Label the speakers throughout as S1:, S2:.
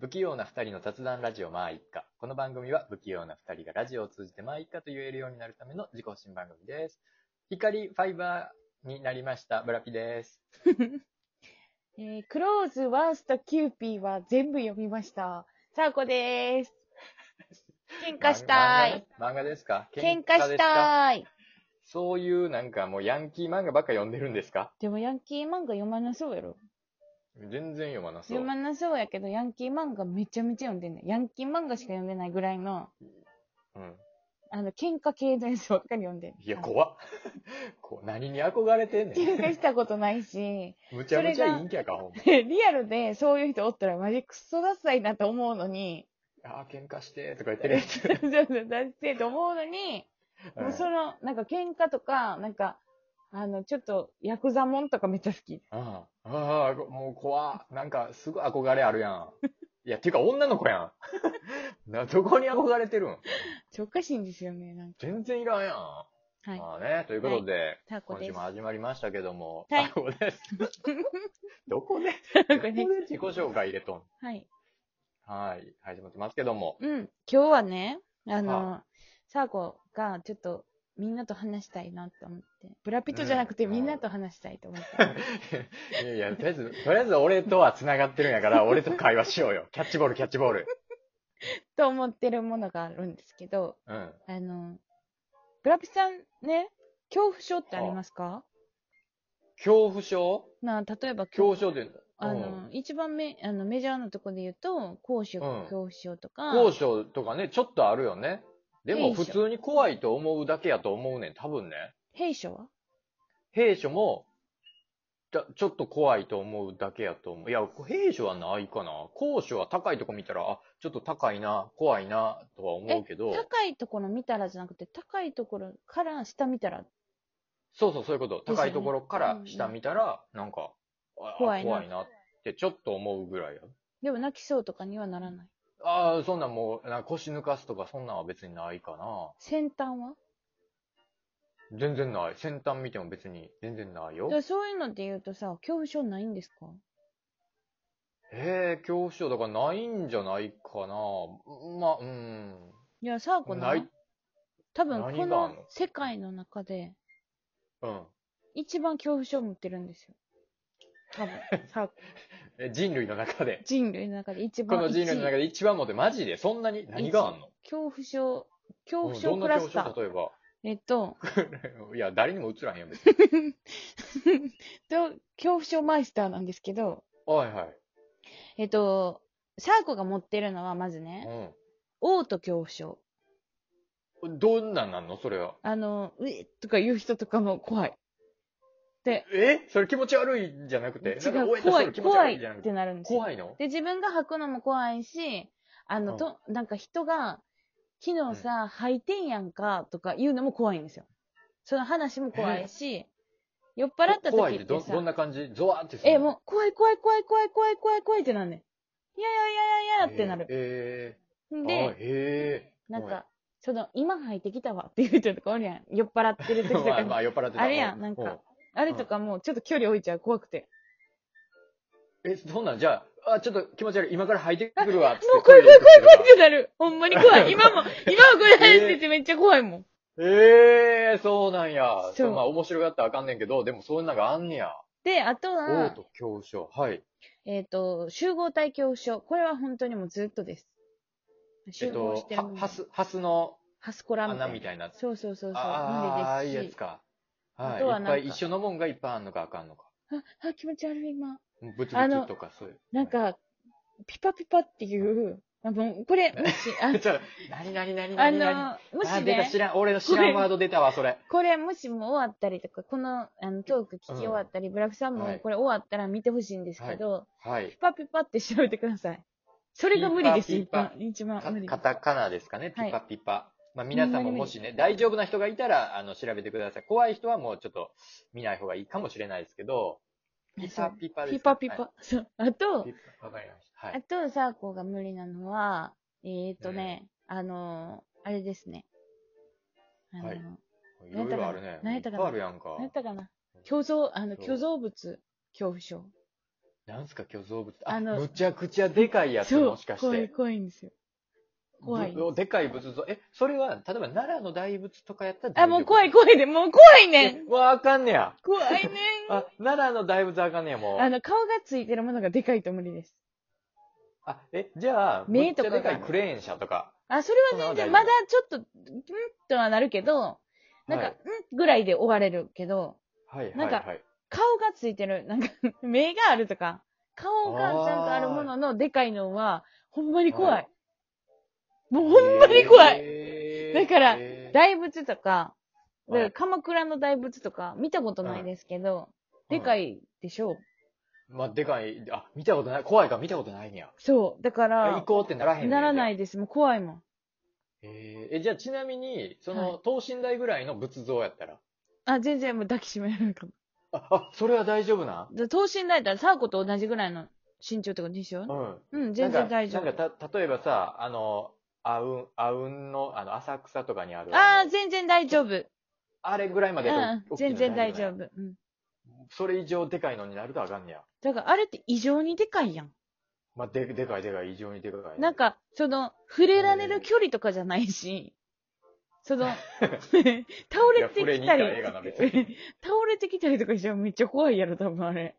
S1: 不器用な二人の雑談ラジオまあ一家。この番組は不器用な二人がラジオを通じてまあ一家と言えるようになるための自己発信番組です。光ファイバーになりました、ブラピです。
S2: えークローズ、ワースト、キューピーは全部読みました。さあこで ーす。喧嘩したい。
S1: 漫画漫画ですか
S2: 喧
S1: です
S2: 嘩
S1: か
S2: したい。
S1: そういうなんかもうヤンキー漫画ばっか読んでるんですか
S2: でもヤンキー漫画読まなそうやろ。
S1: 全然読まなそう
S2: 読。まなそうやけど、ヤンキー漫画めちゃめちゃ読んでんねんヤンキー漫画しか読んでないぐらいの、
S1: うん。
S2: あの、喧嘩系のやつばっかり読んでん。
S1: いや、怖っ。こう何に憧れてんね
S2: 喧
S1: ん。
S2: 嘩したことないし、
S1: むちゃむち
S2: それ
S1: ゃ
S2: が
S1: 陰キャか、ほんま。
S2: リアルでそういう人おったらマジクソダサいなと思うのに、
S1: あー、喧嘩して、とか言ってるやつ。
S2: ちょっとダッセーと思うのに、 もうその、なんか喧嘩とか、なんか、あの、ちょっと、ヤクザもんとかめっちゃ好き。
S1: うんああ、こもう怖っなんか、すごい憧れあるやん。いや、ていうか女の子やん。 な、どこに憧れてるん
S2: ちょ、おかしいんですよね、なんか。
S1: 全然いらんやん。
S2: はい。
S1: まあね、ということで、
S2: タコ
S1: 今
S2: で
S1: 週
S2: す
S1: も。始まりましたけども、
S2: はい
S1: タコ です。どこで、
S2: タ
S1: ど
S2: コ
S1: こで
S2: です。
S1: 自己紹介入れとん。
S2: はい。
S1: はい、始まってますけども。
S2: うん。今日はね、あ
S1: は
S2: の、サーコが、ちょっと、みんなと話したいなって思って。ブラピットじゃなくて、
S1: うん
S2: みんなと話したいと思って。
S1: いやいや、とりあえず、とりあえず俺とは繋がってるんやから、俺と会話しようよ。キャッチボール、キャッチボール。
S2: と思ってるものがあるんですけど、
S1: うん。
S2: あの、ブラピさんね、恐怖症ってありますか
S1: 恐怖症
S2: なあ、例えば
S1: 恐怖症って言うんだ。
S2: あ
S1: うん
S2: の、一番めあのメジャーなとこで言うと、高所
S1: うん
S2: 恐怖症とか、
S1: 高所とかね、ちょっとあるよね。でも
S2: 兵
S1: 普
S2: 所
S1: 通に怖いと思うだけやと思うねん、多分ね。
S2: 弊社は
S1: 兵所も、ちょちょっと怖いと思うだけやと思う。いや、兵所はないかな。高所は高いとこ見たら、あ、ちょっと高いな、怖いな、とは思うけど。
S2: 高いところ見たらじゃなくて、高いところから下見たら、
S1: そうそう、そういうこと。
S2: すよね
S1: 高いところから下見たら、なんか、あ
S2: 怖いな
S1: 怖いなってちょっと思うぐらいや。
S2: でも泣きそうとかにはならない。
S1: ああ、そんなんもう、なんか腰抜かすとかそんなんは別にないかな。
S2: 先端は
S1: 全然ない。先端見ても別に全然ないよ
S2: じゃ。あそういうので言うとさ、恐怖症ないんですか
S1: ええ恐怖症だからないんじゃないかな。まあ、うん。
S2: いや、サーコ
S1: ない。
S2: 多分
S1: 何が
S2: こ
S1: あ
S2: の
S1: んの
S2: 世界の中で、
S1: うん。
S2: 一番恐怖症持ってるんですよ。多分、サーコ。
S1: え、人類の中で。
S2: 人類の中で一
S1: こ
S2: 番
S1: の人類の中
S2: で
S1: で一番モテ、マジでそんなに何があんの
S2: 恐怖症、恐怖
S1: う
S2: 症
S1: ん
S2: ク
S1: どん
S2: ラ
S1: な
S2: ス
S1: 恐怖
S2: ター。
S1: 症、例えば。
S2: えっと、
S1: いや、誰にも映らへんよ、別に。
S2: と、恐怖症マイスターなんですけど、
S1: はいはい。
S2: えっと、サーコが持ってるのは、まずね、嘔吐恐怖症。
S1: うん。どんなんなんのそれは。
S2: あの、うえっとか言う人とかも怖い。で、
S1: えそれ気持ち悪いんじゃなくて。
S2: 違
S1: なんか
S2: う、怖い、
S1: 気持ち
S2: 怖
S1: 悪
S2: い
S1: いじゃな
S2: っ
S1: くて。
S2: てなるんですよ。
S1: 怖いの
S2: で、自分が吐くのも怖いし、あ
S1: う
S2: の、
S1: ん
S2: と、なんか人が、昨日さ、吐いてんやんか、とか言うのも怖いんですよ。その話も怖いし、酔っ払った
S1: 怖い
S2: 時
S1: って
S2: っ
S1: ど、
S2: て
S1: どん
S2: さ、
S1: な感じゾワーってする
S2: え、
S1: の
S2: もう、怖い怖い怖い怖い怖い怖い怖いってなんねん。いやいやいやいやいやってなる。
S1: えー、
S2: で、
S1: あへえ。
S2: なん
S1: 怖い
S2: か、その、今入ってきたわっていう人とかおるやん。酔っ払ってる時と
S1: ま
S2: か
S1: あ
S2: に。
S1: まあ、酔っ払ってた
S2: あれやんなんか
S1: う
S2: あれとかもうちょっと距離置いちゃう、怖くて。
S1: え、そんなんじゃあ、あ、ちょっと気持ち悪い。今から履いてくるわ。つって
S2: もう怖い怖い
S1: トイレ行く
S2: 怖くなる。ほんまに怖 い。今も、今もこれ話しててめっちゃ怖いもん。
S1: ええー、そうなんや。
S2: そう
S1: そう。まあ、面白がったらあかんねんけど、でもそういうのがあんねや。
S2: で、あと
S1: おう
S2: は、
S1: と恐怖症。はい。
S2: えっ、と、集合体恐怖症。これは本当にもうずっとです。
S1: えっ
S2: 集合
S1: と
S2: して、る
S1: は
S2: もん、
S1: ハス、ハスの
S2: ハスコラみた
S1: 穴み
S2: いな。
S1: たいな。
S2: そうそうそうそう。
S1: ああ、
S2: 無
S1: い
S2: 理
S1: い
S2: で
S1: や
S2: す
S1: つ
S2: し。
S1: か。
S2: あ
S1: はい。
S2: と
S1: い
S2: は
S1: っ
S2: なんか
S1: ぱい一緒のもんがいっぱいあんのかあかんのか。
S2: あ、あ、気持ち悪い今。
S1: ブツブ
S2: あ
S1: ツ
S2: の
S1: とかそういう。
S2: なん、か、ピパピパっていう、あもうこれ、もし、あ
S1: ちょっと、なになになに
S2: あ
S1: なになに
S2: の、も
S1: あ
S2: し
S1: 出た
S2: ね
S1: 知、らん、俺の知らんワード出たわ、それ。
S2: これもしも終わったりとか、このあのトーク聞き終わったり、ブラフさん
S1: は
S2: も
S1: い
S2: これ終わったら見てほしいんですけど、
S1: はい
S2: ピ。パピパって調べてください。それが無理です、
S1: ピッ
S2: 一
S1: パ
S2: 番。一番
S1: か
S2: 無理で
S1: カ
S2: す。
S1: タカナですかね、ピ
S2: はい
S1: パピパ。まあ皆さんももしね、大丈夫な人がいたら、あの、調べてください。怖い人はもうちょっと見ない方がいいかもしれないですけど、ピ
S2: そ
S1: パ
S2: う
S1: ピパです。
S2: ピパピ
S1: は
S2: パ。そう。あと
S1: い。、ピパわかりました。は
S2: あ
S1: い。
S2: と、サーコーが無理なのは、えーっとね、あのー、あれですね。あのー、
S1: はいいろい
S2: 何やったかな
S1: ろあるね。
S2: 何
S1: い
S2: やっ
S1: ったぱ
S2: か
S1: い
S2: な
S1: あるやんか。
S2: 何やったかな虚像、あの、
S1: そう
S2: 虚像物恐怖症。
S1: なんすか、虚像物。あ
S2: あの
S1: むちゃくちゃでかいやつ、
S2: そう
S1: もしか、し
S2: 怖い、
S1: て。
S2: 怖いんですよ。怖いんです
S1: ぶでかい仏像。え、それは、例えば奈良の大仏とかやったら
S2: あ、もう怖
S1: い。
S2: い、怖いで、もう怖いねん
S1: えわあ、あかんねや。
S2: 怖いねん
S1: あ、奈良の大仏あかんねや、もう。
S2: あの、顔がついてるものがでかいと無理です。
S1: あ、え、じゃあ、め
S2: 目
S1: っち
S2: と
S1: ゃ
S2: か
S1: でか
S2: が
S1: いクレーン車とか。
S2: あ、それは全
S1: そ
S2: 然、
S1: んな
S2: ま
S1: のは大
S2: だ
S1: 丈
S2: ちょっと、うんとはなるけど、なんか、
S1: はい
S2: うんぐらいで終われるけど、
S1: はい、
S2: な
S1: は
S2: ん
S1: い、
S2: か
S1: はい。
S2: 顔がついてる、なんか、 目があるとか、顔がちゃんとあるもののでかいのは、ほんまに怖。
S1: はい
S2: もうほんまに怖い。
S1: い
S2: だから
S1: えー
S2: 大仏とか、だか
S1: は
S2: ら
S1: い
S2: 鎌倉の大仏とか見たことないですけど、でかいでしょう。
S1: まあ、でかい、あ、見たことない、怖いから見たことないんや。
S2: そう。だか
S1: え行
S2: ら、
S1: こうってならへんね。
S2: ならないいです。もう怖いもん。
S1: じゃあえーえ、じゃあちなみに、その、
S2: は
S1: 等身大ぐらいの仏像やったら。
S2: あ、全然もう抱きしめられるかも。
S1: あ、あ、それは大丈夫なん
S2: で等身大だったら、サーコと同じぐらいの身長ってことでしょ
S1: うん。
S2: うん、全然大丈夫。
S1: なんか、なんかた、例えばさ、あの、あうん、あうんの、あの、浅草とかにある。
S2: ああ、
S1: の
S2: 全然大丈夫。
S1: あれぐらいまでやったら
S2: うん、
S1: 大きいの
S2: 全然大丈
S1: なんや。
S2: 夫。うん。
S1: それ以上でかいのになるとあかんねや。
S2: だから、あれって異常にでかいやん。
S1: まあ、で、でかいでかい、異常にでかい。
S2: なん、か、その、触れられる距離とかじゃないし、その、 倒れてきた
S1: い
S2: り
S1: や触れに行ったらええがな別に
S2: 倒れてきたりとかしちゃめっちゃ怖いやろ、多分あれ。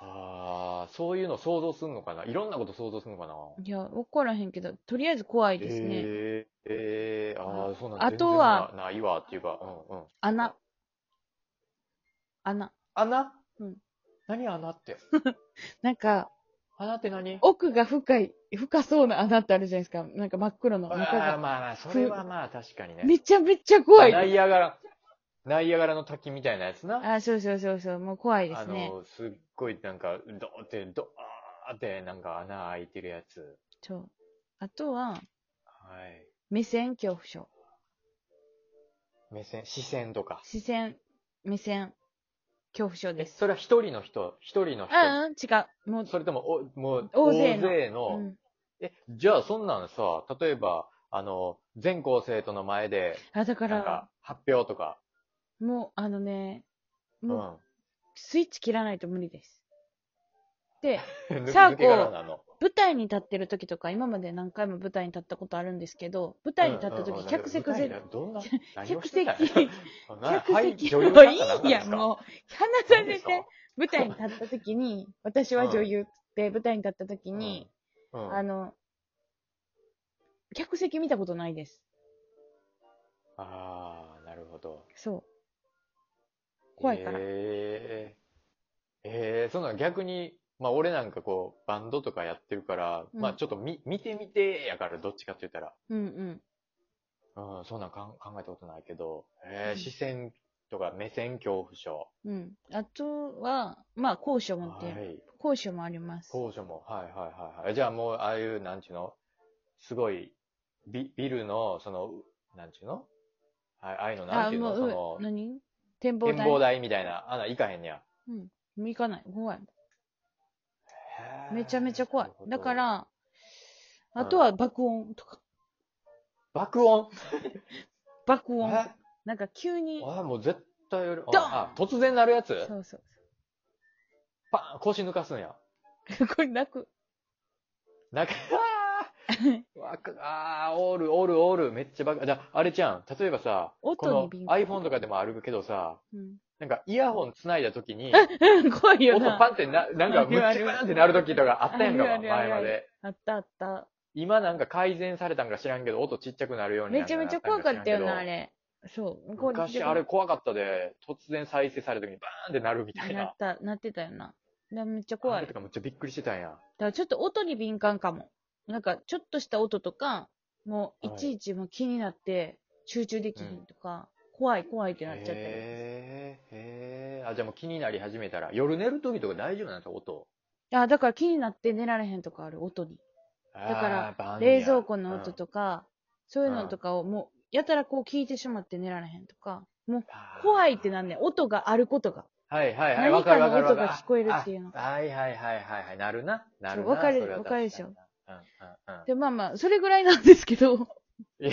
S1: ああ、そういうの想像すんのかないろんなこと想像すんのかない
S2: や、わからへんけど、とりあえず怖いです
S1: え
S2: ね。
S1: ー、えー、ああ、そうなんだ。
S2: あ
S1: 全然
S2: とは
S1: な、ないわ、っていうか、うんうん。
S2: 穴。穴。
S1: 穴
S2: うん。
S1: 何穴って。
S2: なんか、
S1: 穴って何
S2: 奥が深い、深そうな穴ってあるじゃないですか。なんか真っ黒の
S1: ああ
S2: 中
S1: ー、
S2: が。
S1: まあまあ、それはまあ確かにね。
S2: めちゃめちゃ怖い。
S1: ナイアガラ、ナイアガラの滝みたいなやつな。
S2: あ、そうそうそうそう、もう怖いですね。
S1: の、すっごいなんか、ドーって、ドーってなんか穴開いてるやつ。
S2: そう。あと
S1: は
S2: は、
S1: い。
S2: 目線恐怖症。
S1: 目線、視線とか。
S2: 視線、目線、恐怖症
S1: え、
S2: です。
S1: それは一人の人、一人の人。
S2: あ、うん、違う。もう、
S1: それとも、お、もう、
S2: 大
S1: 大
S2: 勢
S1: 勢
S2: の
S1: の。
S2: うん。
S1: え、じゃあそんなんさ、例えば、あの、全校生徒の前で、
S2: あ、だか
S1: なん
S2: ら
S1: か、、発表とか。
S2: もう、あのね、
S1: う
S2: もう、
S1: ん。
S2: スイッチ切らないと無理です。で、
S1: 抜
S2: さあこう
S1: 抜け殻なの。
S2: 舞台に立ってる時とか、今まで何回も舞台に立ったことあるんですけど、舞台に立った
S1: うんうん
S2: 時、
S1: うん
S2: 客席
S1: 舞台
S2: 全
S1: だどんな、何を
S2: 客
S1: して
S2: 席
S1: たんや、な
S2: 客
S1: はい、
S2: 席、
S1: 女
S2: も
S1: 優
S2: う
S1: さんかなんか
S2: いい
S1: で
S2: や、
S1: すか
S2: もう、
S1: 何
S2: 話さ
S1: で
S2: せ
S1: すか
S2: て。舞台に立った時に、私は女優って舞台に立った時に、
S1: うん
S2: あの、客席見たことないです。
S1: ああ、なるほど。
S2: そう。怖いから
S1: えー、えー、そんな逆に、まあ俺なんかこう、バンドとかやってるから、
S2: うん
S1: まあちょっとみ、見てみてやから、どっちかって言ったら。
S2: うんうん。
S1: うん、そんなんかん考えたことないけど、え
S2: うん
S1: ー、視線とか目線恐怖症。
S2: うん。あとは、まあ、高所もっ
S1: は
S2: て、
S1: い。
S2: 高所もあります。
S1: 高所も、はいはいはいはい。じゃあもう、ああいう、なんちゅうの、すごい、ビビルの、その、なんちゅうのあああいうの、なん
S2: あ、
S1: ていうの
S2: も、
S1: そうの
S2: う、何展望
S1: 展
S2: 台。
S1: 望台みたいな、あな、行かへんねや。
S2: うん。行かない。怖い。
S1: へー
S2: めちゃめちゃ怖い
S1: なるほ。ど
S2: だから、あとは爆音とか。
S1: 爆音
S2: 爆音。
S1: え
S2: なんか急に、
S1: あ、もう絶対より、
S2: ドン
S1: あ、突然なるやつ
S2: そうそう。
S1: パン腰抜かすんや。
S2: これ泣く。
S1: なんか、あーわかあー、おるおるおる、めっちゃバカ。じゃあ、あれじゃん、例えばさ、こ
S2: 音に
S1: の
S2: 敏感
S1: iPhone とかでもあるけどさ、
S2: うん。
S1: なんかイヤホン繋いだ時に、
S2: 怖い よ
S1: 音
S2: な。
S1: パンってな、なんかむっ
S2: あ
S1: ち
S2: る
S1: ゃバ
S2: ある
S1: ーンってなる時とかあったやんか、
S2: あるあるあ
S1: 前
S2: る
S1: まで。
S2: あったあった。
S1: 今なんか改善されたんか知らんけど、音ちっちゃくなるように
S2: め
S1: なんか
S2: ち
S1: な
S2: ゃ
S1: っ
S2: めち
S1: たん
S2: ゃ怖かったよ
S1: 知らんけど
S2: な、あれ。そう。こう
S1: 昔あれ、怖かったで、突然再生された時にバーンってなるみたい
S2: な
S1: な
S2: っ。た、なってたよな。だめっちゃ
S1: あ
S2: 怖い
S1: れ。とかめっちゃびっくりしてたんや。
S2: だからちょっと音に敏感かも。なんか、ちょっとした音とか、もう、い
S1: はい
S2: ちいちもう気になって、集中できひんとか、怖い怖いってなっちゃったり。
S1: へえ、へえ。あ、じゃあもう気になり始めたら、夜寝る時とか大丈夫なんですか、音。
S2: あ、だから気になって寝られへんとかある、音に。だから
S1: ら
S2: 冷蔵庫の音とか、そういうのとかをもう、やたらこう聞いてしまって寝られへんとか、もう、怖いってなんねん。音があることが。
S1: はいはいはい。
S2: 何かの
S1: わるわかる
S2: 音が聞こえるっていうの
S1: ああはいはいはいはいはい。なるな。なるな。
S2: そうわかる
S1: それは確
S2: わかるでしょ
S1: にな。うんうんうん。
S2: で、まあまあ、それぐらいなんですけど、言っ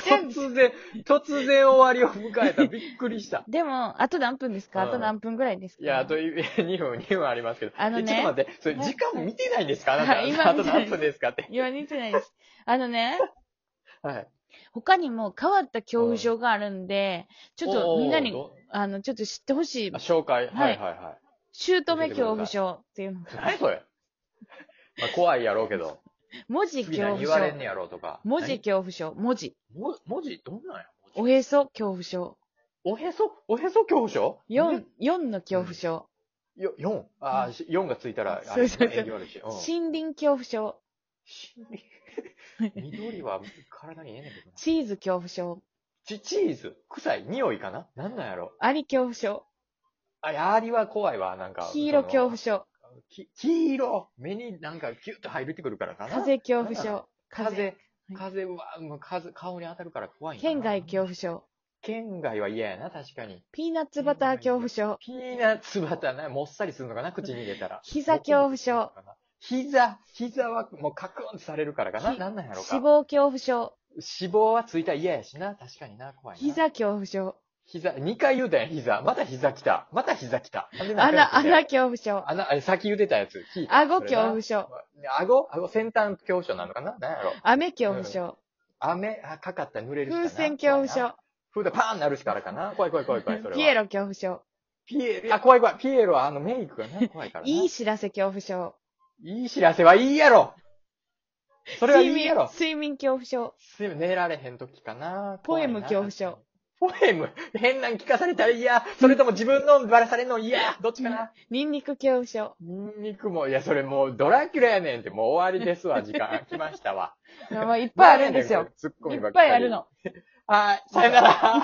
S2: てんです
S1: 突然、突然終わりを迎えた。びっくり した。
S2: でも、あと何分ですかあ
S1: うん
S2: と何分ぐらいですか
S1: いや、 あと2分、2分ありますけど。
S2: あのね
S1: えちょっと待って、それ時間見てないんですかあな
S2: はい
S1: た、
S2: 今
S1: あと何分ですかって。
S2: 言われてないです。あのね、
S1: はい。
S2: 他にも変わった恐怖症があるんで、ちょっとみんなに
S1: おー、おー
S2: あの、ちょっと知ってほしい
S1: どあ。紹介。
S2: は
S1: はいいはいは
S2: 姑恐怖症っていうのが。
S1: い。何それまあ、怖いやろうけ ど。
S2: 文字
S1: 次
S2: 恐
S1: 何
S2: 怖
S1: 言われん
S2: 症。
S1: ねやろうとか。
S2: 文字恐怖症。文字。
S1: 何も文字どんなんや
S2: おへそ恐怖症。
S1: おへそ、おへそ恐怖症
S2: 四、四の恐怖症。
S1: よ、4? あ
S2: う
S1: あ、
S2: ん
S1: し四がついたら、あ
S2: そう
S1: れ、
S2: そうそう
S1: 演技悪いし。うん
S2: 森林恐怖症。
S1: 緑は体にええねんけどな。
S2: チーズ恐怖症。
S1: チ、チーズ臭い匂いかななんなんやろ
S2: アリ恐怖症。
S1: あ、ヤーリは怖いわ、なんか。
S2: 黄色恐怖
S1: 症。
S2: 症。
S1: き黄色目になんかキュッと入ってくるからかな。
S2: 風恐怖症。風。
S1: 風。風は、もう風、顔に当たるから怖いんだな
S2: 県外恐怖症。
S1: 県外は嫌やな、確かに。
S2: ピーナッツバター恐怖症。
S1: ピーナッツバターな、もっさりするのかな、口に入れたら。
S2: 膝恐怖症。
S1: 膝、膝はもうカクンとされるからかな。
S2: ひ
S1: なんなんやろか。
S2: 脂
S1: 脂肪。
S2: 肪恐怖症。
S1: はついたら嫌やしな、確かにな、怖いな。。
S2: 膝恐怖症。
S1: 膝、2回言うたやん、膝。また膝来た。また膝来た。なん でなんか
S2: 穴、穴
S1: 来
S2: 恐怖症
S1: た。穴、あれ、先言うてたやつ。聞いた
S2: 顎恐怖。症。
S1: それな顎顎先端恐怖症なのかななんやろ。
S2: 雨恐怖症。
S1: 雨、あ、かかったら濡れるしかな
S2: 風船恐怖。
S1: 怖いな
S2: 症。
S1: 風船パーンなるしからかな。怖い怖い怖い怖い、それは。
S2: ピエロ恐怖症。
S1: ピエロ。あ、怖い怖い。ピエロはあのメイクがね、怖いからな。
S2: いい知らせ恐怖症。
S1: いい知らせはいいやろそれはいいやろ
S2: 睡眠睡眠恐怖症。
S1: す寝られへん時かな
S2: ポエム
S1: 怖いな
S2: 恐
S1: ポエム変なん聞かされたら嫌それとも自分のバラされるの嫌どっちかな
S2: ニンニク恐怖症。
S1: ニンニクも、いや、それもうドラキュラやねんって、もう終わりですわ、時間。来ましたわ。
S2: まあいっ
S1: いっぱ
S2: ぱ
S1: い あ
S2: いある
S1: る
S2: ん
S1: ん
S2: で
S1: ですす
S2: よ
S1: よ。。ツッコ
S2: い
S1: ミば
S2: っ
S1: っか
S2: ぱ
S1: り。
S2: いあるの。
S1: はい、さよなら。